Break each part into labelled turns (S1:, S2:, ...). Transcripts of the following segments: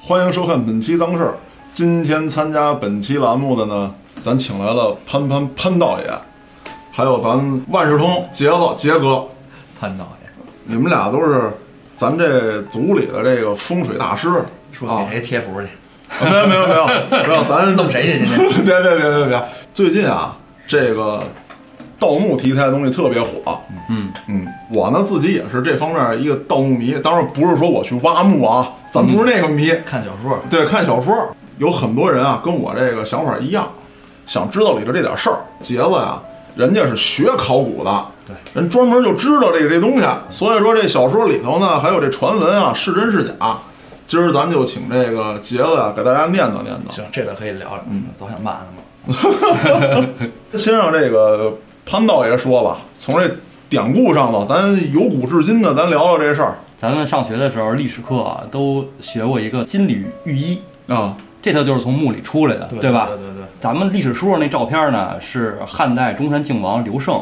S1: 欢迎收看本期脏事儿。今天参加本期栏目的呢，咱请来了潘潘潘导演，还有咱万事通杰子杰哥，
S2: 潘导演
S1: 你们俩都是咱这组里的这个风水大师。
S2: 说给谁贴符去？
S1: 啊没有没有没有没 有，咱
S2: 弄谁去？您这
S1: 别别别别别！最近啊，这个盗墓题材的东西特别火。
S2: 嗯
S1: 嗯，我呢自己也是这方面一个盗墓迷，当然不是说我去挖墓啊，咱不是那个迷。
S2: 看小说，
S1: 对，看小说有很多人啊，跟我这个想法一样，想知道里头这点事儿。杰子呀，人家是学考古的，
S2: 对，
S1: 人专门就知道这个这东西。所以说这小说里头呢，还有这传闻啊，是真是假。今儿咱就请这个杰子啊，给大家念叨念叨。
S2: 行，这个可以聊聊。早想骂他们了。
S1: 先让这个潘道爷说吧，从这典故上头，咱由古至今的，咱聊聊这事儿
S3: 咱们上学的时候，历史课啊都学过一个金缕玉衣，
S1: 啊。
S3: 这条就是从墓里出来的，
S2: 对
S3: 吧？
S2: 对对对，
S3: 咱们历史书上那照片呢，是汉代中山靖王刘胜，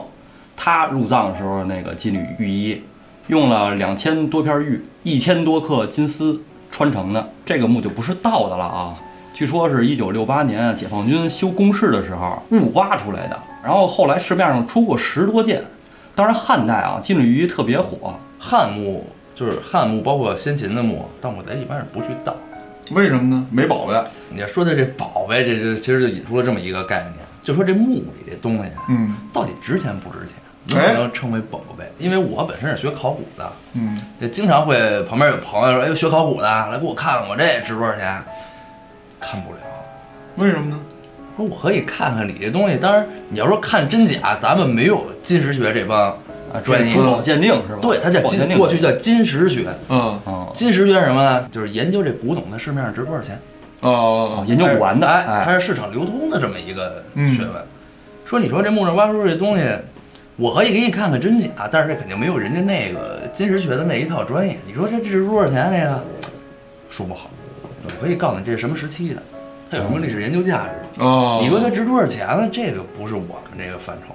S3: 他入葬的时候那个金缕玉衣，用了两千多片玉，一千多克金丝穿成的。这个墓就不是盗的了啊，据说是一九六八年啊解放军修工事的时候
S2: 嗯
S3: 误挖出来的，然后后来市面上出过十多件。当然，汉代啊，金缕玉衣特别火，
S2: 汉墓就是汉墓，包括先秦的墓，但我在一般是不去盗。
S1: 为什么呢？没宝贝。
S2: 你要说的这宝贝，这这其实就引出了这么一个概念，就说这墓里这东西啊
S1: 嗯
S2: 到底值钱不值钱，
S1: 哎
S2: 能不能称为宝贝？因为我本身是学考古的，
S1: 嗯，
S2: 也经常会旁边有朋友说：“哎，学考古的来给我看看，我这值多少钱？”看不了。
S1: 为什么呢？
S2: 说我可以看看你这东西，当然你要说看真假，咱们没有金石学这帮，
S3: 啊，
S2: 专业
S3: 珠宝鉴定是吧？
S2: 对，它叫
S3: 珠宝鉴
S2: 金，
S3: 定
S2: 过去叫金石学。
S1: 嗯
S3: 啊
S2: 金石学是什么呢？就是研究这古董在市面上值多少钱，
S1: 哦
S3: 啊，研究古玩的，
S2: 哎，它
S3: 哎，
S2: 是市场流通的这么一个
S1: 嗯
S2: 学问。说你说这墓上挖出这东西，我可以给你看看真假，但是这肯定没有人家那个金石学的那一套专业。你说这值多少钱？啊这个说不好，我可以告诉你这是什么时期的，它有什么历史研究价值。
S1: 哦，
S2: 你说它值多少钱了？这个不是我们这个范畴。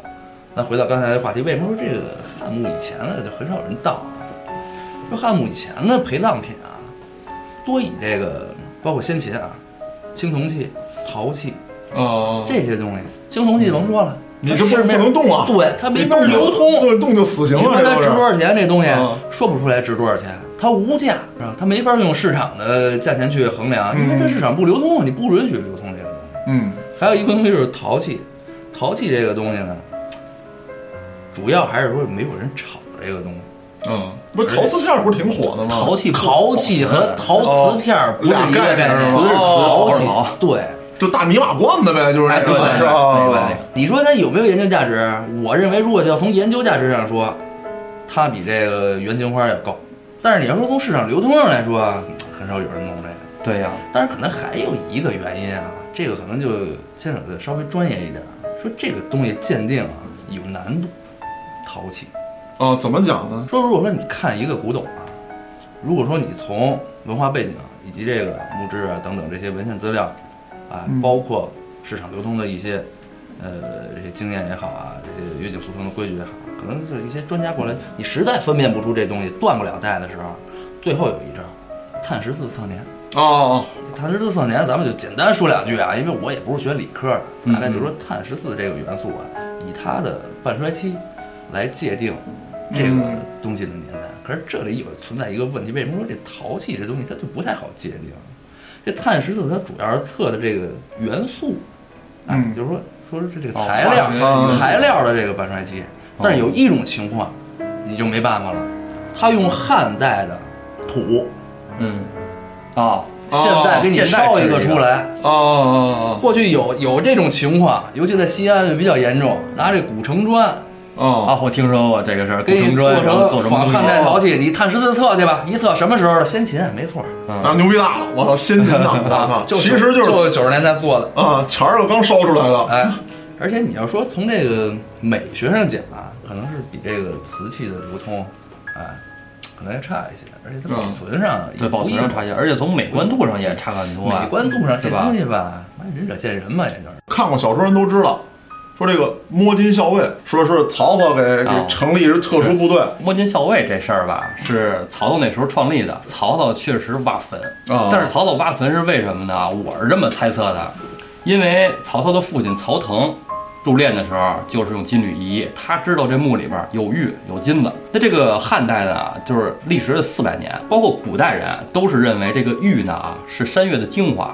S2: 那回到刚才的话题，为什么说这个汉墓以前呢就很少有人盗？说汉墓以前的陪葬品啊，多以这个包括先秦啊，青铜器、陶器
S1: 哦，
S2: 这些东西。青铜器甭说了，
S1: 你
S2: 它
S1: 这不
S2: 市
S1: 不
S2: 面
S1: 能动啊，
S2: 对它没
S1: 你
S2: 法
S1: 动就
S2: 流通。
S1: 对，动就死刑了，
S2: 你说它
S1: 这
S2: 值多
S1: 是。
S2: 少钱？这东西
S1: 啊
S2: 说不出来值多少钱，它无价，是吧？它没法用市场的价钱去衡量，因为它
S1: 嗯
S2: 市场不流通，你不允许流通这个东西。
S1: 嗯
S2: 还有一个东西就是陶器，陶器这个东西呢，主要还是说没有人炒这个东西。
S1: 嗯，不是陶瓷片儿不是挺火的吗？
S3: 陶器不
S2: 陶器啊和陶瓷片儿不是一个
S1: 哦
S2: 嗯概
S1: 俩概念
S2: 念，
S1: 是
S2: 瓷
S1: 吧
S2: 是瓷，
S3: 哦
S2: 陶器
S3: 陶是陶
S2: 对。
S1: 就大泥瓦罐子呗，就是那
S2: 哎，对
S1: 个
S2: 对
S1: 是
S2: 对，
S1: 吧？啊
S2: 对，你说它有没有研究价值？我认为，如果要从研究价值上说，它比这个元金花要高。但是你要说从市场流通上来说，啊很少有人弄这个。
S3: 对呀、
S2: 但是可能还有一个原因啊，这个可能就牵扯的稍微专业一点儿，说这个东西鉴定啊有难度，陶器。
S1: 啊，怎么讲呢？
S2: 说如果说你看一个古董啊，如果说你从文化背景啊以及这个木质啊等等这些文献资料啊，
S1: 嗯
S2: 包括市场流通的一些呃这些经验也好啊，这些约定俗成的规矩也好，可能就是一些专家过来，你实在分辨不出这东西，断不了代的时候，最后有一招，碳十四丧年。
S1: 哦，
S2: 碳十四丧年，咱们就简单说两句啊，因为我也不是学理科的，
S3: 嗯
S2: 大概就说碳十四这个元素啊，以它的半衰期来界定这个
S1: 嗯
S2: 东西的年代。可是这里有存在一个问题，为什么说这陶器这东西它就不太好界定？这碳十四它主要是测的这个元素，哎，
S1: 嗯
S2: 就是说说是这个
S3: 哦
S2: 材料、
S1: 化学
S2: 材料的这个半衰期。但是有一种情况，你就没办法了，它用汉代的土，
S3: 嗯，啊，
S1: 哦
S2: 现代给你
S3: 现代
S2: 烧一
S3: 制
S2: 个
S3: 一个
S2: 出来。
S1: 哦哦
S2: 过去有有这种情况，尤其在西安比较严重，拿这古城砖
S1: 哦哦，
S3: 啊，我听说过这个事儿，古
S2: 给你
S3: 城
S2: 做
S3: 砖，然后做
S2: 成
S3: 成工
S2: 仿
S3: 艺
S2: 汉代陶器，你碳十四测去吧，一测什么时候的？先秦，没错，啊
S1: 啊，
S3: 嗯，
S1: 牛逼大了！我操，先进的，我操，
S2: 就
S1: 其实 就是
S2: 就九十年代做的，
S1: 啊，钱儿又刚烧出来了。
S2: 哎，而且你要说从这个美学上讲啊，可能是比这个瓷器的流通，啊，可能要差一些，而且它保存上也
S3: 嗯对，保存上差一些，而且从美观度上也差很
S2: 不
S3: 多
S2: 一样
S3: 啊。
S2: 美观度上这
S3: 对吧
S2: 东西吧，哎仁者见仁嘛，也就是。
S1: 看过小说人都知道，说这个摸金校尉，说是曹操给
S3: 哦
S1: 给成立一支特殊部队
S3: 摸金校尉这事儿吧，是曹操那时候创立的。曹操确实挖坟，
S1: 啊，
S3: 但是曹操挖坟是为什么呢？我是这么猜测的，因为曹操的父亲曹腾入殓的时候就是用金缕仪，他知道这墓里边有玉有金子。那这个汉代呢，就是历时四百年，包括古代人都是认为这个玉呢啊是山岳的精华，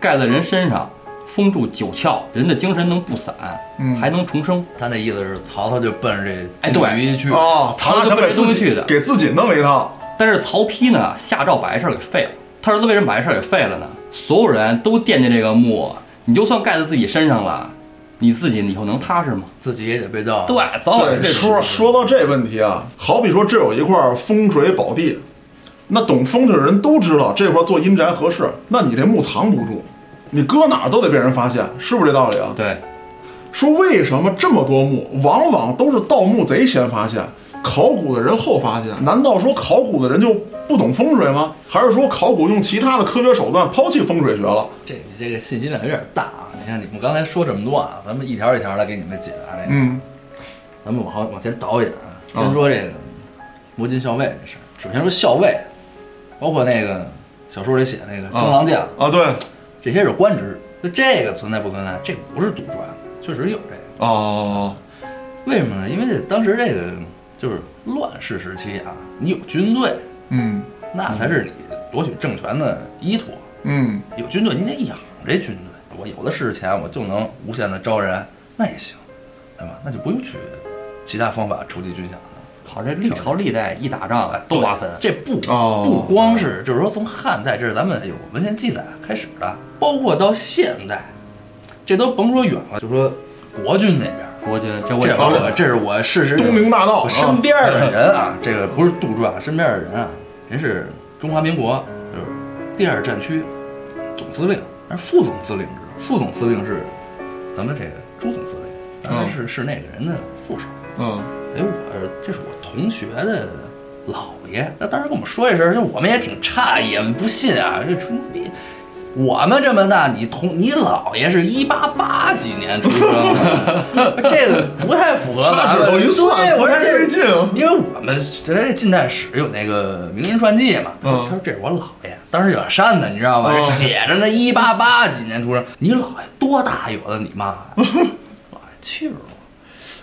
S3: 盖在人身上，封住九窍，人的精神能不散，
S1: 嗯
S3: 还能重生。
S2: 他那意思是曹操就奔着
S3: 哎
S2: 这
S3: 对哦
S2: 鱼去，
S1: 啊，
S3: 曹
S1: 他
S3: 操
S1: 想
S3: 奔
S1: 给
S3: 着东
S1: 自
S3: 西去
S1: 己
S3: 的
S1: 给自己弄一套，
S3: 但是曹丕呢，下诏把这事儿给废了。他儿子为什么把这事儿给废了呢？所有人都惦记这个墓，你就算盖在自己身上了，你自己以后能踏实吗？
S2: 自己也得被盗。
S3: 对，早晚是
S1: 对，
S3: 这
S1: 说说到这问题啊，好比说这有一块风水宝地，那懂风水的人都知道这块做阴宅合适，那你这墓藏不住，你搁哪儿都得被人发现，是不是这道理啊？
S3: 对，
S1: 说为什么这么多墓，往往都是盗墓贼先发现，考古的人后发现？难道说考古的人就不懂风水吗？还是说考古用其他的科学手段抛弃风水学了？
S2: 这你这个信息量有点大啊！你看你们刚才说这么多啊，咱们一条一条来给你们解答这个。
S1: 嗯，
S2: 咱们往后往前倒一点啊，
S1: 啊
S2: 先说这个摸金校尉这事儿。首先说校尉，包括那个小说里写那个
S1: 啊
S2: 中郎将，
S1: 啊，对，
S2: 这些是官职。就这个存在不存在？这不是杜撰，确实有这个。
S1: 哦，
S2: 为什么呢？因为这当时这个就是乱世时期啊，你有军队，
S1: 嗯
S2: 那才是你夺取政权的依托。
S1: 嗯，
S2: 有军队，你得养这军队。我有的是钱，我就能无限的招人，那也行，对吧？那就不用去其他方法筹集军饷了。
S3: 好，这历朝历代一打仗
S2: 哎
S3: 都挖坟，
S2: 这不、
S1: 哦
S2: 不光是，就是说从汉代，这是咱们有文献记载开始的，包括到现在，这都甭说远了，就说国军那边，
S3: 国军这我也
S2: 这
S3: 帮
S2: 我这是我事实，
S1: 东陵大啊盗
S2: 我身边的人啊，这个不是杜撰，身边的人啊，人是中华民国就是第二战区总司令，但是副总司令制，副总司令是咱们这个朱总司令，当然是、是那个人的副手。
S1: 嗯
S2: 哎，我这是我同学的姥爷，那当时跟我们说这事儿，就我们也挺诧异，我们不信啊，这吹牛逼。我们这么大，你同你姥爷是一八八几年出生的， 这个不太符合
S1: 掐
S2: 咱
S1: 指
S2: 们。
S1: 头一算，
S2: 对，
S1: 不
S2: 我
S1: 太
S2: 说
S1: 对
S2: 这
S1: 劲啊。
S2: 因为我们这近代史有那个名人传记嘛，
S1: 嗯
S2: 他说这是我姥爷，当时有点删的，你知道吧？
S1: 嗯
S2: 写着呢，一八八几年出生，你姥爷多大有的？你 妈呀，哎姥爷七十多，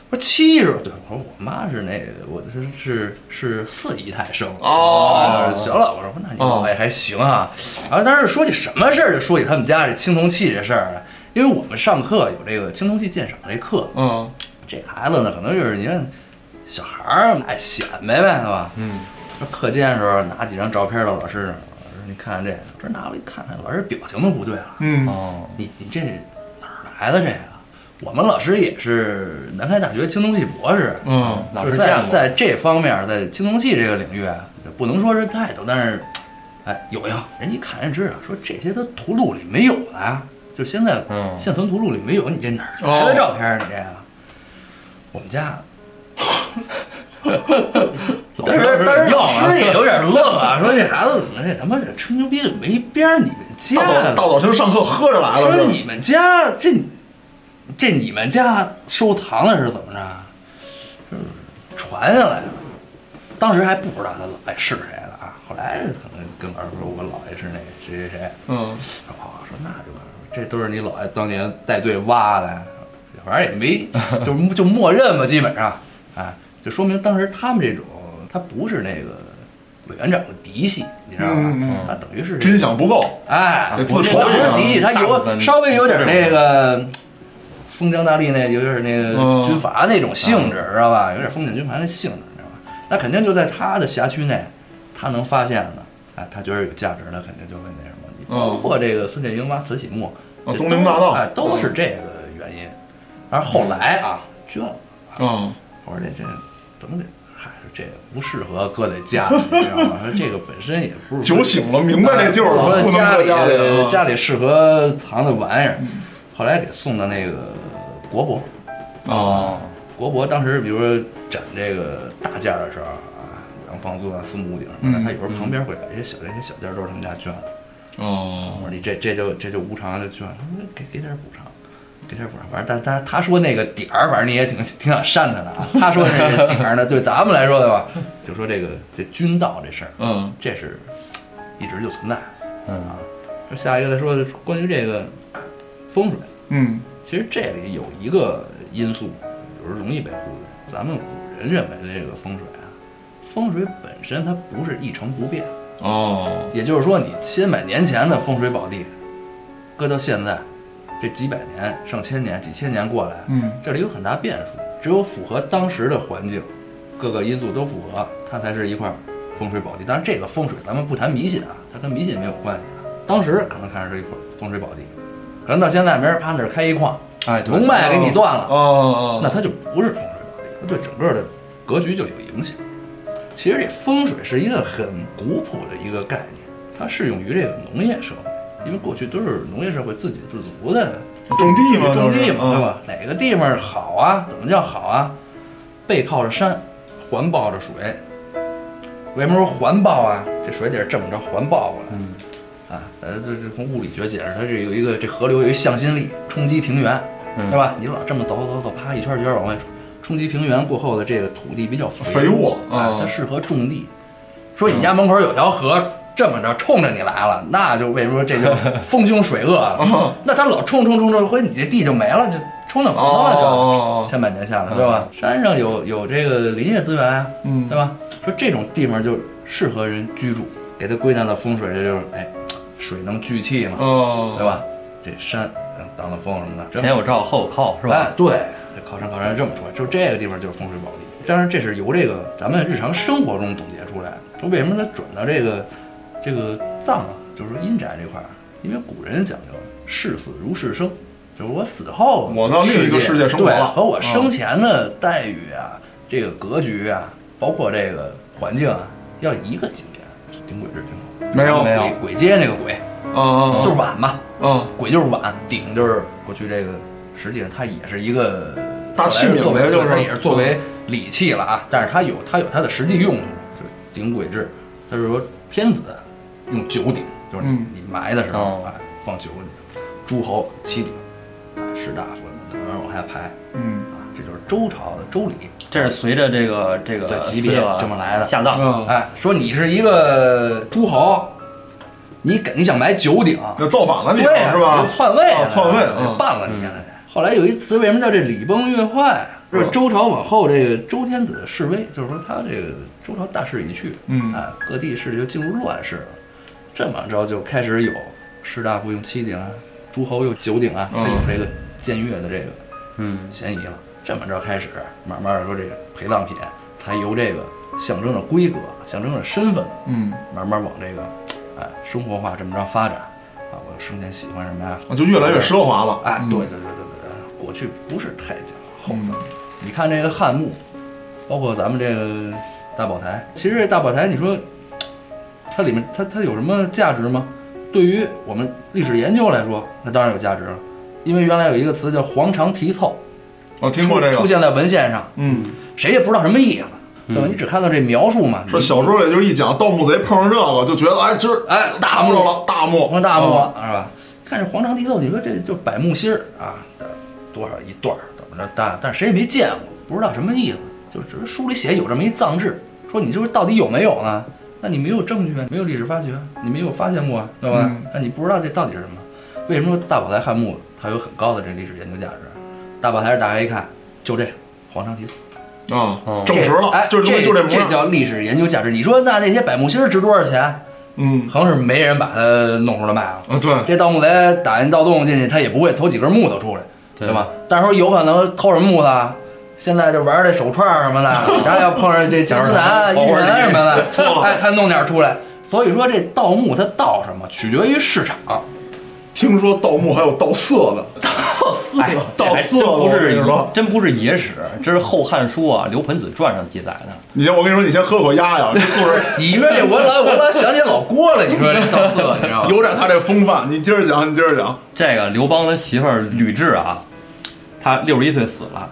S2: 不是七十？对，我说我妈是那个，我是是是四姨太生的。
S1: 哦
S2: 行了，我说那你姥爷还行啊。然后当时说起什么事儿，就说起他们家这青铜器这事儿啊，因为我们上课有这个青铜器鉴赏这课，
S1: 嗯
S2: 这孩子呢，可能就是你看小孩儿爱显摆呗，是吧？
S1: 嗯，
S2: 说课间的时候拿几张照片到老师那儿，老师你看看这个，这拿我一看，老师表情都不对了，
S1: 嗯
S3: 哦，
S2: 你你这哪儿来的这个？我们老师也是南开大学青铜器博士，啊
S1: 嗯
S3: 老
S2: 就是
S3: 师见
S2: 在
S3: 过，
S2: 在这方面，在青铜器这个领域，啊不能说是太多，但是，哎，有呀，人一看人知道，说这些都图录里没有的啊，就现在
S3: 嗯哦
S2: 现存图录里没有，你这哪儿来的照片啊？你这个，我们 家。老师，
S3: 当时当时
S2: 老
S3: 老
S2: 师
S3: 师
S2: 也
S3: 也
S2: 有点愣啊， 说这孩子怎么这他妈这吹牛逼的没边儿？你们家
S1: 大早
S2: 的
S1: 大早晨上课喝着来了，
S2: 说
S1: 是吧
S2: 你们家这这你们家收藏的是怎么着？就是传下来的，当时还不知道他姥爷是谁了啊。后来可能跟老师说，我姥爷是那谁谁谁。
S1: 嗯
S2: 然后我说那就完了，这都是你姥爷当年带队挖的，反正也 没就就默认吧，基本上啊，就说明当时他们这种他不是那个委员长的嫡系，你知道吧？
S1: 嗯
S2: 啊，等于是
S1: 军饷不够，
S2: 哎，
S1: 得自
S2: 我这
S1: 筹
S2: 当时
S1: 啊
S2: 嫡系他
S3: 大部分
S2: 有稍微有点那个封疆大吏那，有点那
S1: 嗯
S2: 个军阀那种性质，知道吧？有点封建军阀那性质，知道吧？那肯定就在他的辖区内，他能发现的，哎，他觉得有价值的，肯定就会那什么。你
S1: 嗯
S2: 包括这个孙殿英挖慈禧墓，
S1: 啊
S2: 这
S1: 东
S2: 都
S1: 陵大盗嗯
S2: 哎，都是这个原因。但是后来啊，捐了。
S1: 嗯
S2: 我说这这怎么给？嗨，这不适合搁在家里，你知道吗？说这个本身也不是
S1: 酒醒了明白这劲儿
S2: 我
S1: 了，
S2: 说
S1: 不能
S2: 家
S1: 搁
S2: 里
S1: 啊家
S2: 呃
S1: 里了。啊嗯
S2: 家里适合藏的玩意儿，后来给送到那个国博。
S1: 啊，
S2: 国博当时比如说展这个大件儿的时候啊，杨放纵啊、苏木鼎什么
S1: 嗯
S2: 的，他有时候旁边会摆一些小件儿，那些小件儿都是他们家捐的。我
S1: 哦
S2: 说你这这就这就无偿就捐了，他说给给点儿补偿。给点补偿。反正但但是他说那个点儿，反正你也挺挺想扇他的啊。他说那个点儿呢，对咱们来说对吧？就说这个这军道这事儿，
S1: 嗯，
S2: 这是一直就存在的。
S3: 嗯，
S2: 那下一个再说关于这个风水，
S1: 嗯，
S2: 其实这里有一个因素，就是容易被忽略。咱们古人认为的这个风水啊，风水本身它不是一成不变。
S1: 哦，
S2: 也就是说，你千百年前的风水宝地，搁到现在，这几百年、上千年、几千年过来，
S1: 嗯，
S2: 这里有很大变数。只有符合当时的环境，各个因素都符合，它才是一块风水宝地。当然，这个风水咱们不谈迷信啊，它跟迷信没有关系啊。当时可能看着是一块风水宝地，可能到现在没人啪那儿开一矿，
S3: 哎，对
S2: 龙脉给你断了，
S1: 哦哦，
S2: 那它就不是风水宝地，它对整个的格局就有影响。其实这风水是一个很古朴的一个概念，它适用于这个农业社会，因为过去都是农业社会自给自足的
S1: 种地嘛，
S2: 种
S1: 都是
S2: 地嘛，对？
S1: 嗯
S2: 吧？哪个地方好啊？怎么叫好啊？背靠着山，环抱着水。为什么说环抱啊？这水得是这么着环抱过来。
S3: 嗯
S2: 啊，呃，这这从物理学解释，它是有一个这河流有一向心力冲击平原，
S3: 嗯
S2: 对吧？你老这么走走走，啪一圈儿一圈儿往外冲，冲击平原过后的这个土地比较
S1: 肥沃
S2: 啊
S1: 啊，
S2: 它适合种地。说
S3: 嗯
S2: 你家门口有条河这么着冲着你来了，那就为什么这 就风凶水恶 啊？
S1: 哦
S2: 那它老冲冲冲冲，回你这地就没了，就冲到
S1: 哦
S2: 房了就。
S1: 哦，哦
S2: 千百年下来，
S3: 嗯
S2: 对吧？山上有有这个林业资源啊，
S1: 嗯
S2: 对，吧？说这种地方就适合人居住，给它归纳到风水，这就是哎，水能聚气嘛，
S1: 哦，
S2: 对吧？这山嗯挡挡风什么的，这
S3: 前有照后有靠是吧？
S2: 哎，对，这靠山靠山这么说，就这个地方就是风水宝地。当然，这是由这个咱们日常生活中总结出来的。说为什么它转到这个这个葬啊，就是说阴宅这块儿，因为古人讲究视死如是生，就是我死后
S1: 我到另一个世界生活
S2: 对
S1: 了嗯
S2: 和我生前的待遇啊，这个格局啊，包括这个环境啊，要一个景点。顶鬼是挺好，
S1: 没有
S3: 没有
S2: 鬼鬼街那个鬼
S1: 啊啊，
S2: 就是碗嘛，
S1: 啊，
S2: 鬼就是碗，鼎就是过去这个，实际上它也是一个
S1: 大器皿
S2: 作为
S1: 呗就是嗯
S2: 它也是作为礼器了啊，但是它有它有它的实际用途，就是鼎鬼制，它是说天子用九鼎，就是你
S1: 嗯
S2: 你埋的时候
S3: 哦
S2: 啊放九鼎，诸侯七鼎，啊士大夫等等往下排
S1: 嗯
S2: 啊，这就是周朝的周礼，
S3: 这是随着这个这个
S2: 对级别
S3: 随着
S2: 这么来的
S3: 下葬，
S1: 啊，
S2: 哎，说你是一个诸侯，你给你想埋九鼎，
S1: 就造反了你
S2: 对啊，
S1: 是吧
S2: 就？篡位了，
S1: 啊篡位
S2: 就
S1: 啊
S2: 办了你看。后来有一词为什么叫这礼崩乐坏？啊
S1: 嗯
S2: 就是周朝往后这个周天子示威，就是说他这个周朝大势已去，
S1: 嗯
S2: 啊，各地势力就进入乱世了。这么着就开始有士大夫用七鼎啊，诸侯用九鼎啊，他
S1: 嗯
S2: 有这个僭越的这个
S3: 嗯，
S2: 嫌疑了。这么着开始，慢慢的说这个陪葬品才由这个象征着规格、象征着身份，
S1: 嗯，
S2: 慢慢往这个，哎，生活化这么着发展。啊，我生前喜欢什么呀？
S1: 就越来越奢华了。
S2: 哎，
S1: 嗯
S2: 对对对对对，过去不是太讲后
S1: 嗯
S2: 葬。你看这个汉墓，包括咱们这个大宝台，其实这大宝台，你说它里面它它有什么价值吗？对于我们历史研究来说，那当然有价值了，因为原来有一个词叫“黄肠题凑
S1: 我”，听过这
S2: 出
S1: 个，
S2: 现在文献上，
S1: 嗯，
S2: 谁也不知道什么意思，对吧？你只看到这描述嘛。
S1: 说
S2: 你
S1: 小时候也就一讲盗墓贼碰上这个，就觉得哎，今儿
S2: 哎大
S1: 木
S2: 墓
S1: 了，大墓，
S2: 黄大木
S1: 啊，
S2: 是吧？看这黄肠题凑，你说这就百木心儿啊，多少一段儿怎么着但但谁也没见过，不知道什么意思，就只是书里写有这么一藏制，说你就是到底有没有呢？那你没有证据啊，没有历史发掘啊，你没有发现过啊，对吧？
S1: 嗯
S2: 那你不知道这到底是什么？为什么说大宝台汉墓它有很高的这历史研究价值？大宝台大家一看，就这黄肠题凑。
S1: 啊
S3: 哦，
S1: 证实
S2: 这哎
S1: 了，，就是东西就
S2: 这
S1: 模样。
S2: 叫历史研究价值。你说那那些百木心儿值多少钱？
S1: 嗯，
S2: 可能是没人把它弄出来卖了。
S1: 啊，对，
S2: 这盗墓贼打进盗洞进去，他也不会偷几根木头出来，对
S3: 对
S2: 吧？但是说有可能偷什么木头啊？现在就玩这手串什么 的，然后要碰上这金丝楠、银元什么的，
S1: 错
S2: 哎，他弄点出来。所以说这盗墓它盗什么，取决于市场。
S1: 听说盗墓还有盗色 的，
S3: 哎，
S1: 盗
S3: 这还
S1: 色
S3: 真
S1: 了，
S3: 不
S1: 我跟
S3: 是
S1: 你说，
S3: 真不是野史，这是《后汉书》啊《刘盆子传》上记载的。
S1: 你先我跟你说，你先喝口鸭呀，这故 事
S2: 你说这我老我老想起老郭了，你说这盗色，你知道吗？
S1: 有点他这风范。你接着讲，你接着讲。
S3: 这个刘邦的媳妇儿吕雉啊，她六十一岁死了。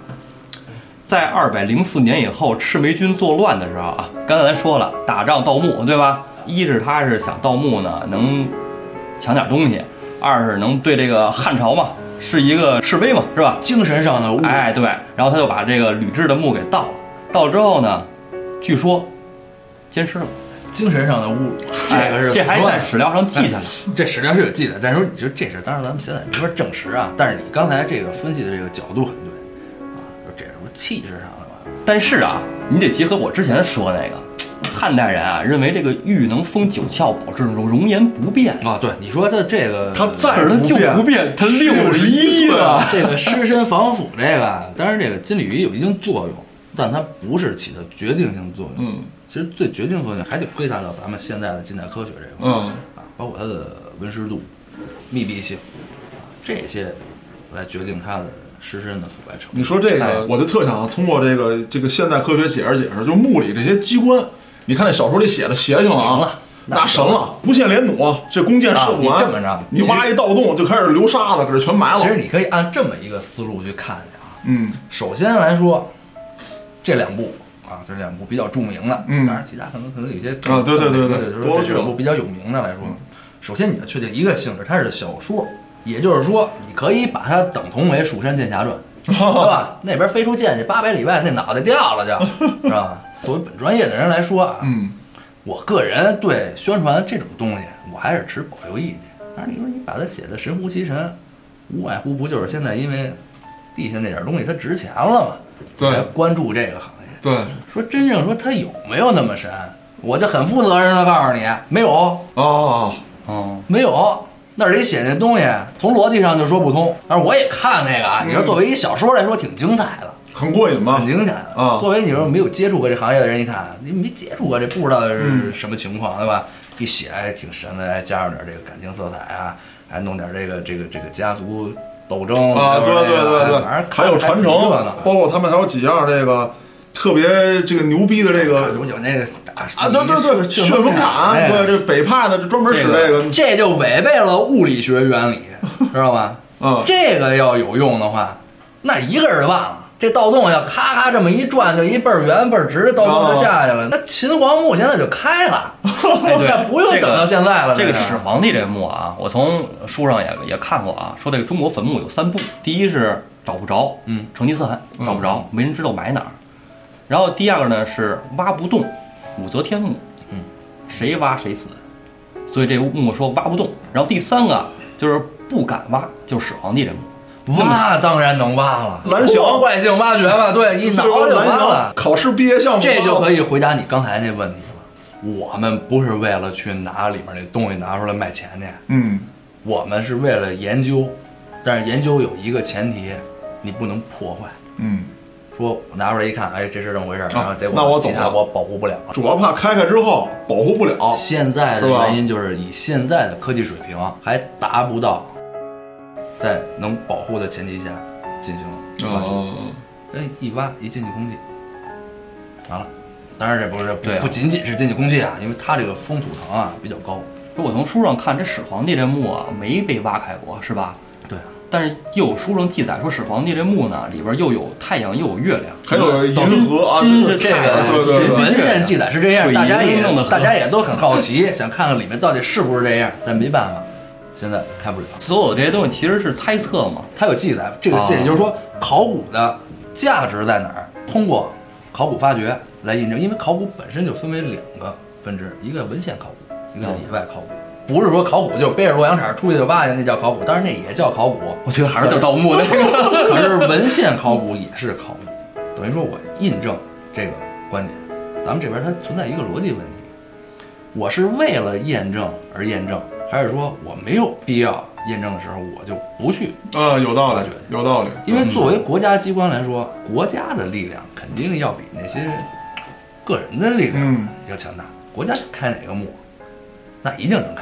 S3: 在二百零四年以后，赤眉军作乱的时候啊，刚才咱说了，打仗盗墓，对吧？一是他是想盗墓呢，能抢点东西；二是能对这个汉朝嘛是一个示威嘛，是吧？
S2: 精神上的侮辱。
S3: 哎，对，然后他就把这个吕雉的墓给盗了，盗了之后呢，据说奸尸了，
S2: 精神上的侮辱，
S3: 哎
S2: 这个是
S3: 这还在史料上记下来了。
S2: 这史料是有记载，但是说你说这事儿，当然咱们现在也没法证实啊。但是你刚才这个分析的这个角度很对啊，说这是不是气势上的吧？
S3: 但是啊，你得结合我之前说那个，汉代人啊认为这个玉能封九窍，保证容颜不变，
S2: 啊，对，你说的这个
S1: 他
S3: 可
S1: 再
S3: 是他就
S1: 不
S3: 不变，他六十
S1: 61岁
S3: 了
S1: 了。
S2: 这个尸身防腐这个，当然这个金缕玉有一定作用，但它不是起到决定性作用。
S1: 嗯
S2: 其实最决定作用还得归纳到咱们现在的近代科学这一块儿
S1: 嗯，
S2: 啊，包括它的温湿度、密闭性啊这些来决定它的尸身的腐败程度。
S1: 你说这
S3: 哎
S1: 个，我就特想啊通过这个这个现代科学解释解释，就墓里这些机关，你看那小说里写的邪性
S2: 绳
S1: 啊
S2: 了，
S1: 那神了，无限连弩，这弓箭射不
S2: 啊
S1: 完，
S2: 你这么着
S1: 你挖一盗洞就开始流沙子，可是全埋
S2: 其实
S1: 了。
S2: 你可以按这么一个思路去看去啊。
S1: 嗯
S2: 首先来说，这两部啊，这两部比较著名的，
S1: 嗯
S2: 当然其他可能可能有些
S1: 啊对对对对
S2: 就
S1: 多嗯
S2: 是说
S1: 了去
S2: 这
S1: 了
S2: 两部比较有名的来说，首先你要确定一个性质，它是小说，也就是说你可以把它等同为《蜀山剑 侠传》，对吧？那边飞出剑去八百里外，那脑袋掉 了就，是吧？作为本专业的人来说啊，
S1: 嗯，
S2: 我个人对宣传这种东西，我还是持保留意见。但是你说你把它写的神乎其神，无外乎不就是现在因为地下那点东西它值钱了嘛？来
S1: 对
S2: 关注这个行业。
S1: 对
S2: 说真正说它有没有那么神，我就很负责任的告诉你，没有，
S1: 哦，
S3: 哦，
S2: 没有。那里写那东西，从逻辑上就说不通。但是我也看那个啊，你说作为一小说来说，挺精彩的，
S1: 很过瘾吧
S2: 很？精彩的
S1: 啊
S2: 作为你说没有接触过这行业的人，一看你没接触过这，不知道是
S1: 嗯
S2: 什么情况，对吧？一写哎挺神的，哎加上点这个感情色彩啊，还弄点这个这个这个家族斗争
S1: 啊，
S2: 还
S1: 对
S2: 有
S1: 对
S2: 这个
S1: 对对
S2: 反正，
S1: 还有传承
S2: 挺热闹，的
S1: 包括他们还有几样这个特别这个牛逼的这个
S2: 有那个大
S1: 啊，对对对，
S2: 旋
S1: 旋风
S2: 那
S1: 砍，
S2: 个
S1: 对这北派的这专门使这个，
S2: 哎这就违背了物理学 原理，知道吧？
S1: 嗯
S2: 这个要有用的话，那一个人就完了。这盗洞要咔咔这么一转，就一倍儿圆倍儿直，盗洞就下去 了。那秦皇墓现在就开了，
S3: 哎对
S2: 那不用
S3: 这
S2: 等
S3: 个
S2: 到现在了。
S3: 这个
S2: 那
S3: 始皇帝这墓啊，我从书上也也看过啊，说这个中国坟墓有三不，第一是找不着，
S2: 嗯，
S3: 成吉思汗找不着，没人知道埋哪儿。然后第二个呢是挖不动，武则天墓，
S2: 嗯，
S3: 谁挖谁死，所以这墓说挖不动。然后第三个啊就是不敢挖，就是始皇帝这墓，
S2: 挖当然能挖了，
S1: 蓝翔
S2: 破坏性挖掘嘛，对，一挠 了就
S1: 完
S2: 完了。
S1: 考试毕业项目
S2: 这就可
S1: 以。
S2: 以回答你刚才那问题了。我们不是为了去拿里面那东西拿出来卖钱去，
S1: 嗯，
S2: 我们是为了研究，但是研究有一个前提，你不能破坏。
S1: 嗯，
S2: 说我拿出来一看，哎，这是这么回事儿，
S1: 啊
S2: 然后结果
S1: 那我懂
S2: 其他
S1: 了
S2: 我保护不了了。
S1: 主要怕开开之后保护不了。
S2: 现在的
S1: 是吧
S2: 原因就是以现在的科技水平还达不到，在能保护的前提下进行挖掘。
S1: 哦，
S2: 哎，一挖一进去空气，完了。当然这不是不
S3: 对啊
S2: 不仅仅是进去空气啊，因为它这个风土堂啊比较 高。
S3: 我从书上看，这始皇帝这墓啊没被挖开过，是吧？
S2: 对啊，
S3: 但是又有书上记载说，始皇帝这墓呢里边又有太阳又有月亮，
S1: 还有银
S3: 金
S1: 河啊，
S3: 金
S1: 对
S3: 是
S2: 这
S3: 太阳
S2: 个
S1: 对对对
S3: 金是月亮
S2: 文献记载是这样，
S3: 水银
S2: 大家也
S3: 弄得很
S2: 大家也都很好奇，想看看里面到底是不是这样，但没办法，现在开不了。
S3: 所有这些东西其实是猜测嘛，
S2: 它有记载，这个
S3: 哦
S2: 这也就是说，考古的价值在哪儿？通过考古发掘来印证，因为考古本身就分为两个分支，一个文献考古，一个叫野外考古。不是说考古就背着洛阳铲出去就挖去，那叫考古，当然那也叫考古。
S3: 我觉得还是叫盗墓那个。
S2: 可是文献考古也是考古，等于说我印证这个观点。咱们这边它存在一个逻辑问题，我是为了验证而验证，还是说我没有必要验证的时候我就不去
S1: 啊，有道
S2: 挖
S1: 理
S2: 掘，
S1: 有道理。
S2: 因为作为国家机关来说，国家的力量肯定要比那些个人的力量
S1: 嗯
S2: 要强大。国家想开哪个墓，那一定能开，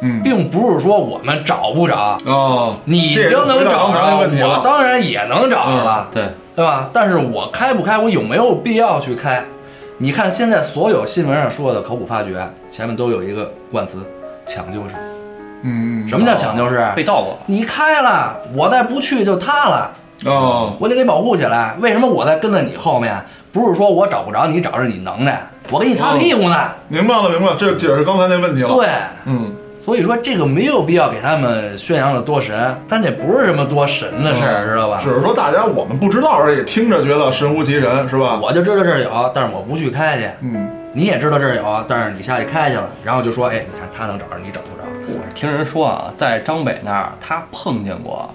S1: 嗯，
S2: 并不是说我们找不着，
S1: 哦，
S2: 你
S1: 这也
S2: 就能
S1: 回到刚
S2: 找
S1: 才
S2: 着，
S1: 的问题
S2: 我
S1: 了。嗯
S2: 当然也能找着了，
S3: 对，
S2: 对吧？但是我开不开，我有没有必要去开？你看现在所有新闻上说的考古发掘，前面都有一个冠词“抢救式”。
S1: 嗯，嗯
S2: 什么叫抢救式？
S3: 被盗过。
S2: 你开了，我再不去就塌了。
S1: 哦，
S2: 我得给保护起来。为什么我在跟在你后面？不是说我找不着你，找着你能耐，我给你擦屁股呢。
S3: 哦
S1: 明白了，明白了，这解释刚才那问题了。
S2: 对，
S1: 嗯，
S2: 所以说这个没有必要给他们宣扬了多神，但这不是什么多神的事
S3: 嗯
S2: 儿，知道吧？
S1: 只是说大家我们不知道而已，听着觉得神乎其神，是吧？
S2: 我就知道这儿有，但是我不去开去。
S1: 嗯，
S2: 你也知道这儿有，但是你下去开去了，然后就说，哎，你看他能找着，你找不着。，
S3: 我是听人说啊，在张北那儿他碰见过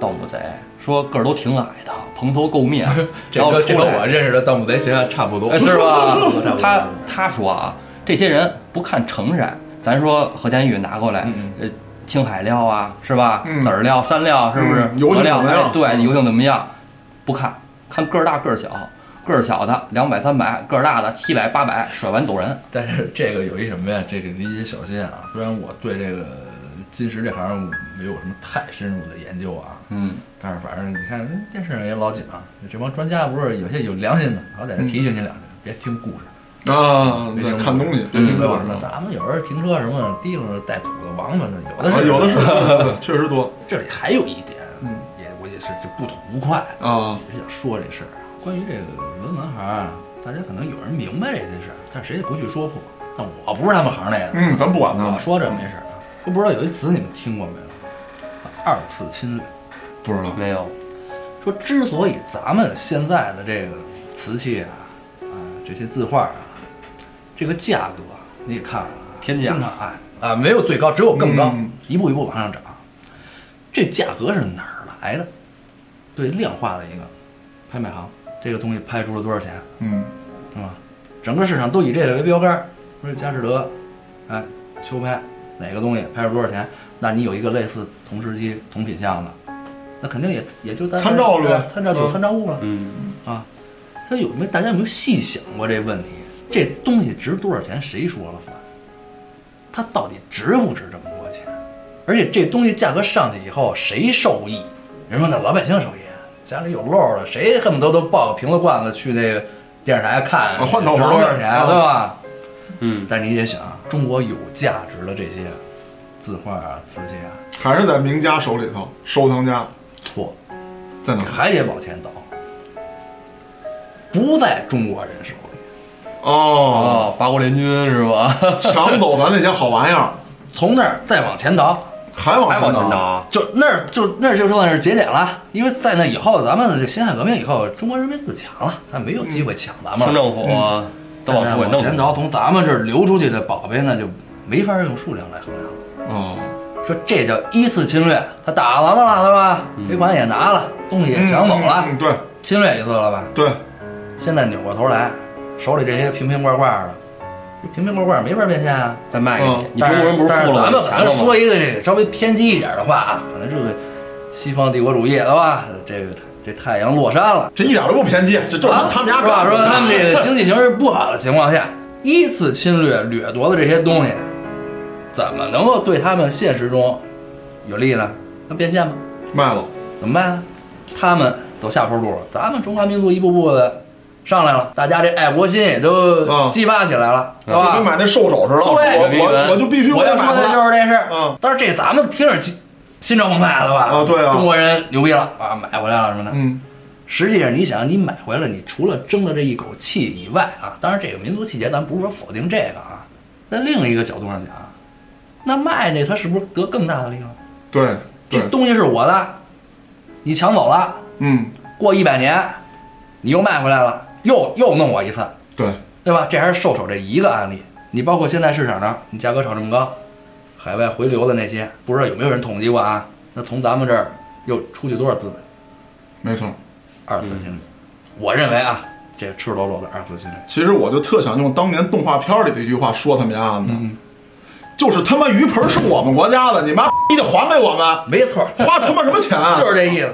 S3: 盗墓贼，说个儿都挺矮的，蓬头 垢面
S2: 这
S3: 然后
S2: 跟这
S3: 出
S2: 跟
S3: 来
S2: 我认识的盗墓贼形象差不多，
S3: 哎是吧
S2: 差不多？
S3: 他他说啊，这些人不看成色，咱说河田玉拿过来，
S2: 嗯
S3: 呃，青海料啊，是吧？
S1: 嗯
S3: 籽儿料、山料，是不是
S1: 嗯？油性
S3: 河料
S1: 怎么样
S3: 哎对，油性怎么样？不看，看个儿大个儿小，个儿小的两百三百，个儿大的七百八百，甩完走人。
S2: 但是这个有一什么呀？这个你得小心啊！虽然我对这个金石这行我没有什么太深入的研究啊，
S3: 嗯，
S2: 但是反正你看嗯电视上也老讲，这帮专家不是有些有良心的，好歹提醒你两句，别听故事，
S1: 啊，
S2: 别
S1: 对，
S2: 听
S1: 看东西，嗯
S2: 别
S1: 对，
S2: 听
S1: 听
S2: 故
S1: 故
S2: 事
S1: 事
S2: 了。咱们有时候停车什么提溜着带土的王八呢，有的
S1: 啊
S2: 是。
S1: 有的是，对对确实多
S2: 这里还有一点，
S1: 嗯
S2: 也我也是就不吐不快，
S1: 啊。
S2: 也想说这事儿啊。关于这个文玩行啊，大家可能有人明白这件事儿，但谁也不去说破。但我不是他们行内的，
S1: 嗯，咱不管他
S2: 我，说这没事儿啊，都不知道有一词你们听过没有？二次侵略。
S1: 不知道。
S3: 没有，
S2: 说之所以咱们现在的这个瓷器啊，啊这些字画啊，这个价格啊你也看了啊，
S3: 天价
S2: 经常啊啊没有最高，只有更高，
S1: 嗯
S2: 一步一步往上涨。这价格是哪儿来的？对，量化的一个拍卖行，这个东西拍出了多少钱？
S1: 嗯
S2: 对吧？整个市场都以这个为标杆儿，说佳士得，哎，秋拍哪个东西拍出多少钱？那你有一个类似同时期同品相的，那肯定也也就大家
S1: 参照了呗
S2: 哎参照有
S1: 嗯
S2: 参照物了、
S3: 嗯，
S2: 啊。那有没有大家有没有细想过这问题？这东西值多少钱？谁说了算？它到底值不值这么多钱？而且这东西价格上去以后，谁受益？人说那老百姓受益啊，家里有漏儿的，谁恨不得都抱个瓶子罐子去那个电视台看
S1: 啊，换套
S2: 值
S1: 房
S2: 多少
S1: 去
S2: 钱，
S1: 啊
S2: 对吧？
S3: 嗯，
S2: 但你也想，中国有价值的这些字画啊、瓷器啊，
S1: 还是在名家手里头，收藏家
S2: 错，
S1: 在哪
S2: 你
S1: 儿？
S2: 还得往前倒，不在中国人手里，
S1: 哦，
S3: 哦，八国联军是吧？
S2: 哦
S1: 抢走咱那些好玩意儿，
S2: 从那儿再往前倒，
S1: 还往
S3: 还往前
S1: 前
S3: 倒
S1: 倒。
S3: 啊？
S2: 就那儿就那儿就算是节点了，因为在那以后，咱们这辛亥革命以后，中国人民自强了，他没有机会抢咱们
S3: 清
S2: 了。
S3: 政府啊都往
S2: 再
S3: 出给
S2: 往
S3: 弄
S2: 前
S3: 了。
S2: 倒，从咱们这儿流出去的宝贝，那就没法用数量来衡量了。
S1: 哦，
S2: 说这叫一次侵略，他打咱们了，对吧？赔款也拿了，东西也抢走了，
S1: 嗯嗯嗯对
S2: 侵略一次了吧？
S1: 对，
S2: 现在扭过头来，手里这些瓶瓶罐罐的，这瓶瓶罐罐没法变现啊。
S3: 再卖给你
S1: 嗯，
S3: 你中国人不
S2: 但
S3: 富了
S2: 咱们
S3: 吗？有
S2: 可
S3: 钱
S2: 能
S3: 了
S2: 说
S3: 吗？
S2: 一个这个稍微偏激一点的话啊，可能这个西方帝国主义对吧？这个这太阳落山了，
S1: 这一点都不偏激，这就是
S2: 啊
S1: 他们家
S2: 是
S1: 干
S2: 吧？
S1: 的
S2: 说他们这个经济形势不好的情况下，依次侵略掠夺的这些东西，怎么能够对他们现实中有利呢？能变现吗？
S1: 卖了，
S2: 怎么办啊？他们走下坡路了，咱们中华民族一步步的上来了，大家这爱国心也都
S1: 啊
S2: 激发起来了，是
S1: 就跟
S2: 吧？
S1: 买那兽首似的，我
S2: 对
S1: 我我就必须
S2: 我要
S1: 得
S2: 说
S1: 买
S2: 的
S1: 回
S2: 就
S1: 来。
S2: 是这事儿。
S1: 嗯
S2: 但是这咱们听着心心潮澎湃了吧？
S1: 啊对啊
S2: 中国人牛逼了啊，买回来了什么的。
S1: 嗯，
S2: 实际上，你想，你买回来，你除了争了这一口气以外啊，当然这个民族气节，咱不是说否定这个啊。那另一个角度上讲，那卖那他是不是得更大的利润？
S1: 对
S2: 这
S1: 对，
S2: 东西是我的，你抢走了，
S1: 嗯
S2: 过一百年，你又卖回来了，又又弄我一次，
S1: 对，
S2: 对吧？这还是兽首这一个案例。你包括现在市场上，你价格炒这么高，海外回流的那些，不知道有没有人统计过啊？那从咱们这儿又出去多少资本？
S1: 没错。
S2: 二次侵略，我认为啊，这赤裸裸的二次侵略。
S1: 其实我就特想用当年动画片里的一句话说他们家案子，
S2: 嗯
S1: 就是他妈鱼盆是我们国家的，你妈逼的还给我们，
S2: 没错儿，
S1: 花他妈什么钱啊？
S2: 就是这意思。